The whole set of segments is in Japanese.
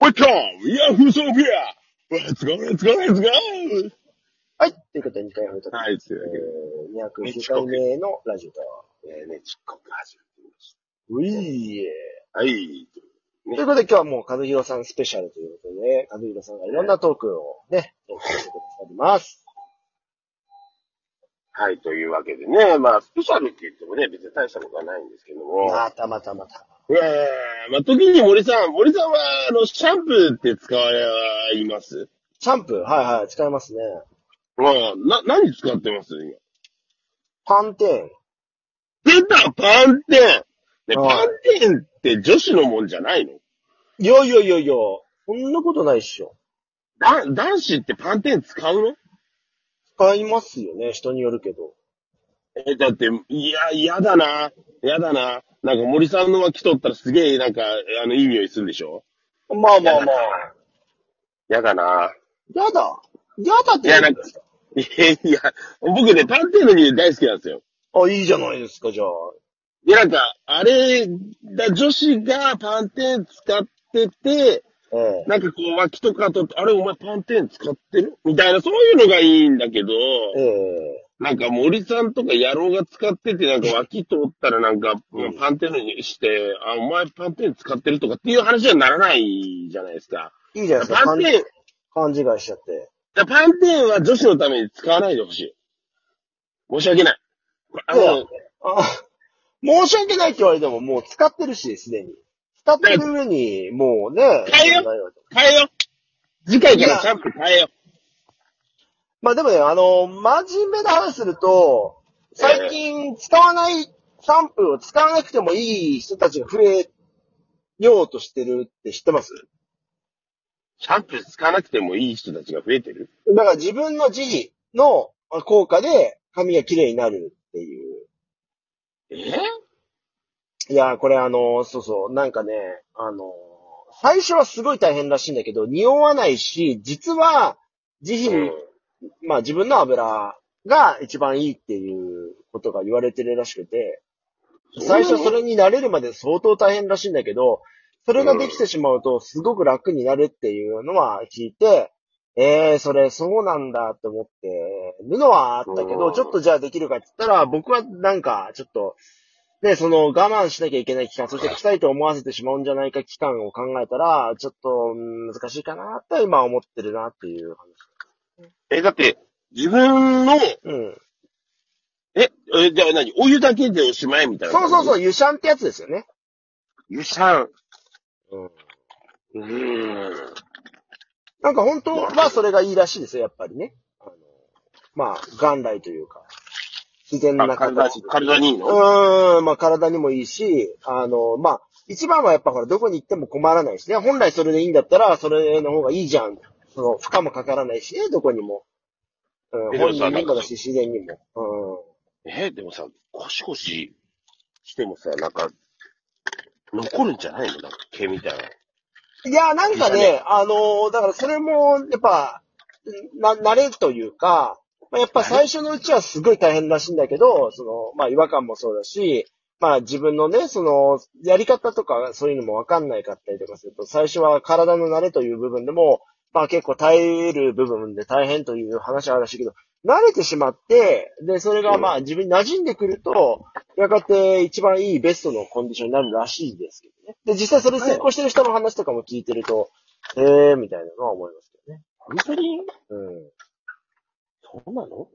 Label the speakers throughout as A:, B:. A: Welcome! We are from Serbia! Let's go, let's go, let's go!
B: はい。ということで、2回目と、
A: はい、とい
B: え
A: うわ
B: ー、209回目のラジオと。
A: けで、えーね、ちっこく始めまし
B: ういえ。
A: た。はい。
B: ということで、今日はもう、和弘さんスペシャルということで、和弘さんがいろんなトークをね、お聞かせてくださります。
A: はい、というわけでね、まあ、スペシャルって言ってもね、別に大したことはないんですけども。
B: またまたまた。
A: うわーまあ、時に森さん、森さんは、あの、シャンプーって使います
B: シャンプーはいはい、使いますね。
A: まあ、な、何使ってます今。
B: パンテ
A: 出たパンテンね、
B: はい
A: パンテンって女子のもんじゃないの
B: ン。いやいやいやいや、そんなことないっしょ。
A: だ、男子ってパンテン使うの
B: 使いますよね、人によるけど。
A: え、だって、いや、嫌だな。嫌だな。なんか森さんのは来とったらすげえ、なんか、あの、いい匂いするでしょ
B: まあまあまあ。
A: 嫌だな。
B: やだ。やだって
A: やだいやいや、僕ね、パンテンの匂い大好きなんですよ。
B: あ、いいじゃないですか、じゃあ。
A: で、なんか、あれ、だ女子がパンテン使ってて、
B: ええ
A: なんかこう脇とかとって、あれお前パンテン使ってるみたいな、そういうのがいいんだけど、
B: ええ
A: なんか森さんとか野郎が使ってて、なんか脇通ったらなんか
B: うん
A: パンテンのにして、あ、お前パンテン使ってるとかっていう話にはならないじゃないですか。
B: いいじゃないですか、
A: パ
B: 勘
A: ンテン、
B: 勘違いしちゃって。
A: だパンテンは女子のために使わないでほしい。申し訳ない。あ
B: いや
A: の、
B: あ、申し訳ないって言われても、もう使ってるし、すでに。使ってる上に、もうね。
A: 変えよう
B: 問題は
A: 変えよう次回からシャンプー変えよ
B: まあでもね、あの、真面目な話すると、最近使わないシャンプーを使わなくてもいい人たちが増えようとしてるって知ってます
A: うシャンプー使わなくてもいい人たちが増えてる
B: だから自分の自費の効果で髪が綺麗になるっていう。
A: え
B: いやー、これあのーそうそう、なんかね、あのー最初はすごい大変らしいんだけど、匂わないし、実は、
A: う
B: 自費、
A: ん
B: まあ自分の油が一番いいっていうことが言われてるらしくて、最初それに慣れるまで相当大変らしいんだけど、それができてしまうとすごく楽になるっていうのは聞いて、えー、それそうなんだって思ってるのはあったけ
A: う
B: ど、
A: ん
B: ちょっとじゃあできるかって言ったら、僕はなんかちょっと、ね、その我慢しなきゃいけない期間、そして来たいと思わせてしまうんじゃないか期間を考えたら、ちょっとうん難しいかなって今思ってるなっていう話。
A: え、だって、自分の、
B: うん。
A: え、えじゃあ何お湯だけでおしまいみたいな
B: そ
A: 感
B: う
A: じ。。
B: そうそうう、湯シャンってやつですよね。
A: 湯シャン。
B: うん。
A: うーん。
B: なんか本当はそれがいいらしいですよ、やっぱりね。あの、まあ、元来というか、自然な
A: あ体
B: 形
A: に、。体にいいうの
B: ーん、まあ体にもいいし、あの、まあ、一番はやっぱほら、どこに行っても困らないしね。本来それでいいんだったら、それの方がいいじゃん。その、負荷もかからないしね、どこにも。うん、
A: でも
B: 本
A: さ
B: 人にもだし、自然にも。
A: え、でもさ、コシコシしてもさ、なんか、残るんじゃないのなんか毛みたいな。
B: うん。いや、なんか
A: いい
B: ね、あの、だからそれも、やっぱ、な、慣れというか、まあ、やっぱ最初のうちはすごい大変らしいんだけど、その、まあ違和感もそうだし、まあ自分のね、その、やり方とかそういうのもわかんないかったりとかすると、最初は体の慣れという部分でも、まあ結構耐える部分で大変という話はあるらしいけど、慣れてしまって、で、それがまあ自分に馴染んでくると、やがて一番いいベストのコンディションになるらしいですけどね。で、実際それ成功してる人の話とかも聞いてると、ええー、みたいなのは思いますけどね。
A: 本当に
B: うん。
A: そうなの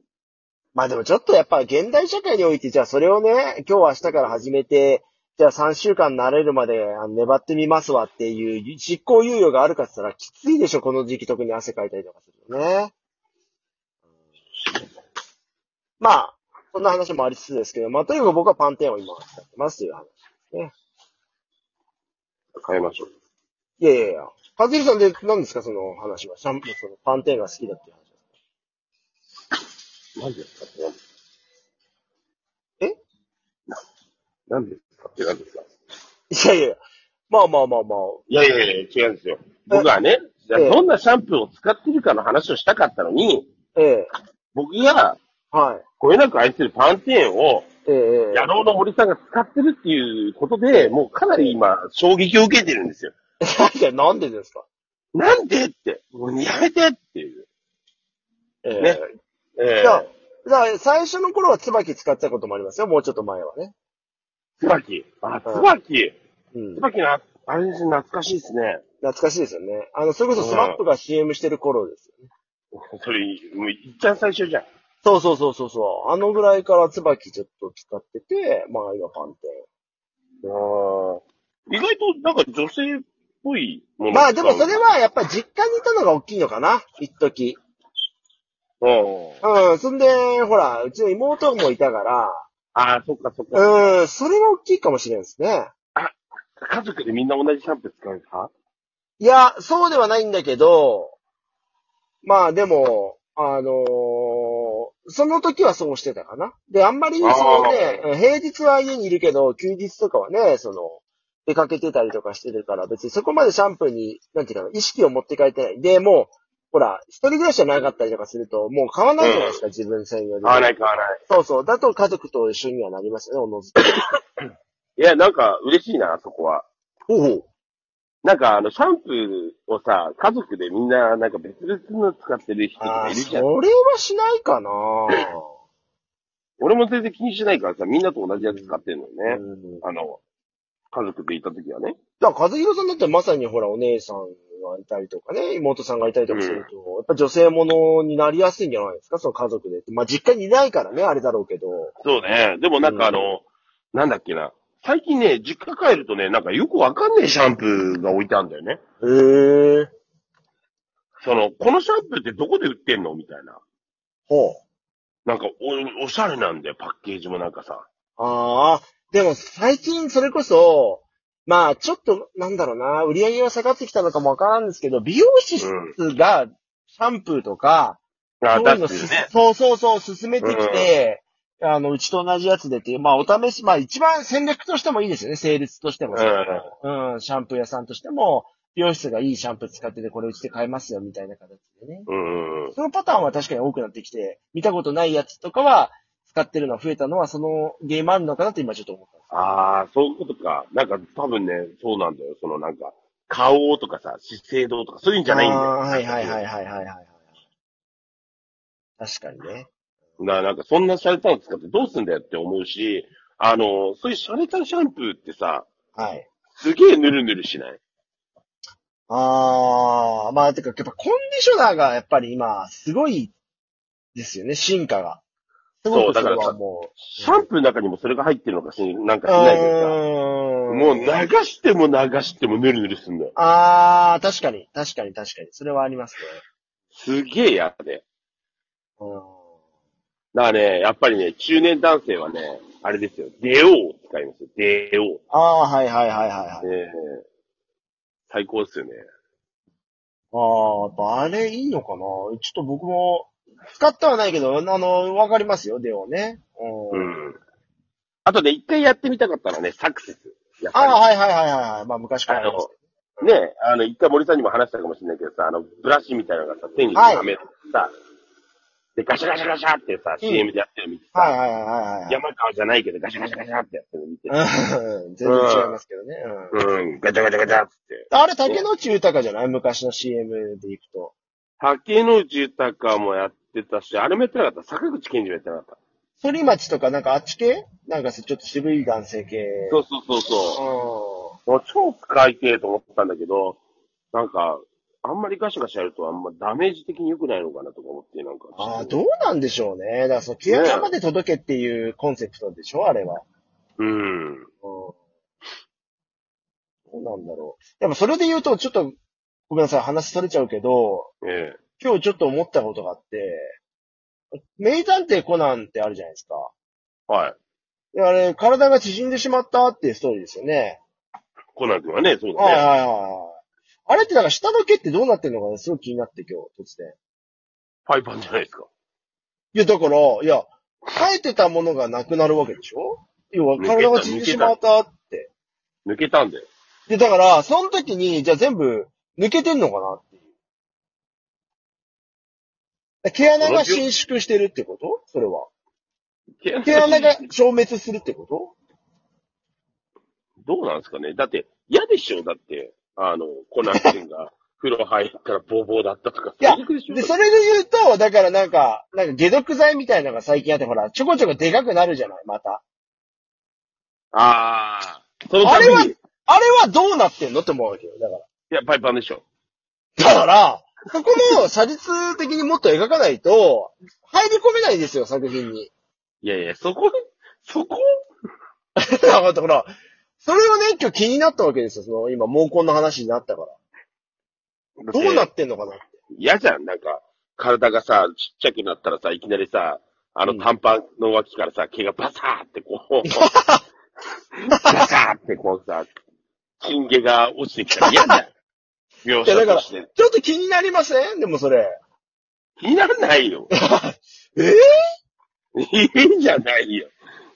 B: まあでもちょっとやっぱ現代社会において、じゃあそれをね、今日明日から始めて、じゃあ3週間慣れるまであの粘ってみますわっていう実行猶予があるかって言ったらきついでしょ、この時期特に汗かいたりとかするよね。まあ、そんな話もありつつですけど、まあとにかく僕はパンテンを今使ってますという話。
A: 変えましょう。
B: いやいやいや。カズリさんで何ですか、その話は。シャンプー、そのパンテンが好きだっていう話。
A: 何ですかって何です
B: え
A: な何ですかって何ですか
B: いやいやいや。まあまあまあまあ。
A: いやいやいや、違うんですよ。僕はね、じゃあ
B: ええ
A: どんなシャンプーを使ってるかの話をしたかったのに、
B: ええ
A: 僕が、
B: はい。
A: こえなく愛するパンテーンを、
B: ええええ
A: 野郎の森さんが使ってるっていうことで、もうかなり今、衝撃を受けてるんですよ。
B: いや、なんでですか
A: なんでって、もうやめてっていう。
B: ええ
A: ねええ
B: いやだから最初の頃は椿使ってたこともありますよ、もうちょっと前はね。
A: 椿。あ、椿。
B: うん。
A: 椿な、あれですね、懐かしいですね。
B: 懐かしいですよね。あの、それこそスマップが CM してる頃ですよね。
A: それ、もう、いっちゃん最初じゃん。
B: そうそうそうそうそう。あのぐらいから椿ちょっと使ってて、まあ今パン
A: 意外と、なんか女性っぽいもの。
B: テン。まあでもそれ、はやっぱ実家にいたのが大きいのかな一時。
A: うん。
B: うん。そんで、ほら、うちの妹もいたから、
A: ああ、そっかそっか。
B: うん、それは大きいかもしれないですね。
A: 家族でみんな同じシャンプー使うんですか
B: いや、そうではないんだけど、まあでも、あのーその時はそうしてたかな。で、あんまり、そのね、平日は家にいるけど、休日とかはね、その、出かけてたりとかしてるから、別にそこまでシャンプーに、なんていうかな、意識を持って帰ってない。で、もう、ほら、一人暮らしじゃなかったりとかすると、もう買わないじゃないですか、自分専用で。
A: 買わない買わない。
B: そうそう。だと家族と一緒にはなりますよね、おのずと。
A: いや、なんか嬉しいな、そこは。
B: ほうほう。
A: なんかあの、シャンプーをさ、家族でみんな、なんか別々の使ってる人と
B: あ
A: かい
B: あ、
A: る
B: そ
A: じ
B: れ
A: ゃん。
B: はしないかな
A: 俺も全然気にしないからさ、みんなと同じやつ使ってんのよね。
B: うん
A: あの、家族でいた時はね。
B: だから、和弘さんだってまさにほら、お姉さんがいたりとかね、妹さんがいたりとかすると、やっぱ女性ものになりやすいんじゃないですか、その家族で。まあ、実家にいないからね、あれだろうけど。
A: そうね。でもなんかあの、なんだっけな。最近ね、実家帰るとね、なんかよくわかんねえシャンプーが置いてあるんだよね。
B: へえ。
A: その、このシャンプーってどこで売ってんのみたいな。
B: ほう。
A: なんかお、おしゃれなんだよ、パッケージもなんかさ。
B: ああ、でも最近それこそ、まあ、ちょっと、なんだろうな、売り上げが下がってきたのかもわからんですけど、美容室が、シャンプーとか、
A: あ、
B: そういう
A: 出
B: の
A: して
B: す
A: るね。
B: そうそうそう、進めてきて、あの、うちと同じやつでっていう、まあ、お試し、まあ、一番戦略としてもいいですよね、成立としても
A: う
B: さ
A: ん。
B: うん、シャンプー屋さんとしても、美容室がいいシャンプー使ってて、これうちで買えますよ、みたいな形でね。
A: うん。
B: そのパターンは確かに多くなってきて、見たことないやつとかは、使ってるのは増えたのは、そのゲームあるのかなって今ちょっと思ったんです。
A: ああ、そういうことか。なんか多分ね、そうなんだよ。そのなんか、顔とかさ、資生堂とか、そういうんじゃないんだよ。
B: あーはいはいはいはいはいはいはい。確かにね。
A: な、なんかそんなシャレたの使ってどうすんだよって思うし、あの、そういうシャレたシャンプーってさ、
B: はい。
A: すげえぬるぬるしない
B: あー、まあ、てか、やっぱコンディショナーがやっぱり今、すごいですよね、進化が。すご
A: そう
B: くそ
A: だか
B: れ
A: ら
B: はもう。
A: シャンプーの中にもそれが入ってるのかし、なんかし
B: う
A: ないけどさ、
B: ーん
A: もう流しても流してもぬるぬるすんだよ。
B: あー、確かに、確かに、確かに。それはありますね。
A: すげえやで。
B: うん。
A: だからね、やっぱりね、中年男性はね、あれですよ、デオーを使いますよ。デオー。
B: あー、はいはいはいはい。はい
A: ええ最高ですよね。
B: あー、バレいいのかなちょっと僕も、使ってはないけど、あの、わかりますよ、ではね。う。
A: うんん。あとね、一回やってみたかったのはね、サクセス。やっ
B: あー、
A: ぱ
B: はいはいはいはいはい。まあ、昔からありますけ
A: り。ね、あの、一回森さんにも話したかもしれないけどさ、あの、ブラシみたいなのがさ、手に
B: はい
A: はめてさ、で、ガシャガシャガシャってさ、
B: うん
A: CM でやってるの見て
B: ど。
A: さ、
B: はいはいはいはいはい。
A: 山川じゃないけど、ガシャガシャガシャってやってるの見て、
B: うん、全然違いますけどね。うん。
A: うん、ガチャガチャガチャっつって。
B: あれ、竹野内豊じゃない昔の CM で行くと。
A: 竹野内豊もやってたし、あれもやってなかった。坂口健二もやってなかった。
B: 反町とかなんかあっち系なんかちょっと渋い男性系。
A: そうそうそうそう。
B: う
A: もう超使いてえと思ったんだけど、なんか、あんまりガシャガシャやるとあんまダメージ的に良くないのかなとか思って、なんか。
B: ああ、どうなんでしょうね。だから、その、消えたまで届けっていうコンセプトでしょあれは。
A: うん。
B: うん。どうなんだろう。でも、それで言うと、ちょっと、ごめんなさい、話されちゃうけど、
A: ええ。
B: 今日ちょっと思ったことがあって、名探偵コナンってあるじゃないですか。
A: はい。
B: であれ、体が縮んでしまったっていうストーリーですよね。
A: コナン君はね、そう
B: はい
A: だね。
B: はいはいはい。あれってなんか下の毛ってどうなってんのかなすごい気になって今日、突然。
A: パイパンじゃないですか。
B: いや、だから、いや、生えてたものがなくなるわけでしょ要は、体が縮んでしまったって。
A: 抜けたんだよ。
B: で、だから、その時に、じゃあ全部、抜けてんのかなっていう。毛穴が伸縮してるってことそれは。毛穴が消滅するってこと
A: どうなんですかね。だって、嫌でしょだって、あの、コナン君が風呂入ったらボーボーだったとか、
B: いや
A: 最悪でしょ
B: で、それで言うと、だからなんか、なんか解毒剤みたいなのが最近あって、ほら、ちょこちょこでかくなるじゃない、また。
A: ああ。そのため
B: あれは
A: に、
B: あれはどうなってんのって思うわけよ、だから。
A: いや、パイパンでしょ。
B: だから、そこも写実的にもっと描かないと、入り込めないですよ、作品に。
A: いやいや、そこ、そこ
B: だから、ほら、それをね、今日気になったわけですよ、その、今、毛根の話になったから。どうな
A: だて
B: ってんのかなって。
A: 嫌じゃん、なんか、体がさ、ちっちゃくなったらさ、いきなりさ、あの短パンの脇からさ、毛がバサーってこう、バサーってこうさ、金毛が落ちてきたら嫌じゃ ん。描写として。
B: ちょっと気になりませんでもそれ。
A: 気にならないよ。
B: え
A: いいじゃないよ。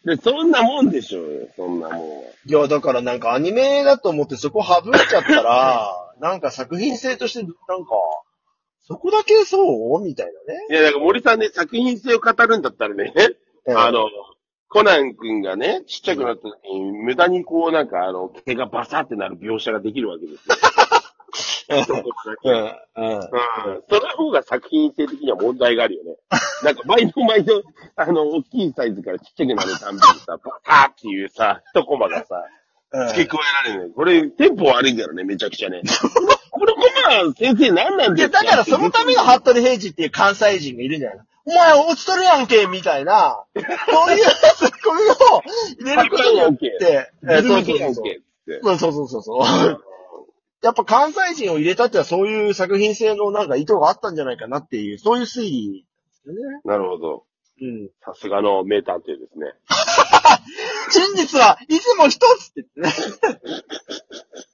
A: で、そんなもんでしょうよ、そんなもんは。
B: いや、だからなんかアニメだと思ってそこ省いちゃったら、 なんか作品性として、なんか、そこだけそうみたい
A: いや、だから森さんね、作品性を語るんだったらね、
B: なね。
A: あの、コナン君がね、ちっちゃくなった時に、無駄にこうなんか、あの、毛がバサってなる描写ができるわけですよ。
B: うん、うん、うん。
A: うんその方が作品性的には問題があるよね。なんか、毎度毎度、あの、大きいサイズからちっちゃくなるたんびにさ、バサーっていうさ、一コマがさ、付け加えられるのよ。これ、テンポ悪いからね、めちゃくちゃ ね。このコマ、先生何なん
B: い
A: で
B: や、
A: すか
B: だからそのための服部平次っていう関西人がいるんじゃないのお前落ちとるやんけみたいな、そういうツッコミを入れることに よって、
A: えそう
B: そ
A: そうう
B: そ
A: そううそうう。
B: そうんそうそうそうそう。やっぱ関西人を入れたってのはそういう作品性のなんか意図があったんじゃないかなっていう、そういう推理ですよね。
A: なるほど。
B: うん。
A: さすがの名探偵ですね。
B: 真実はいつも一つって言ってね。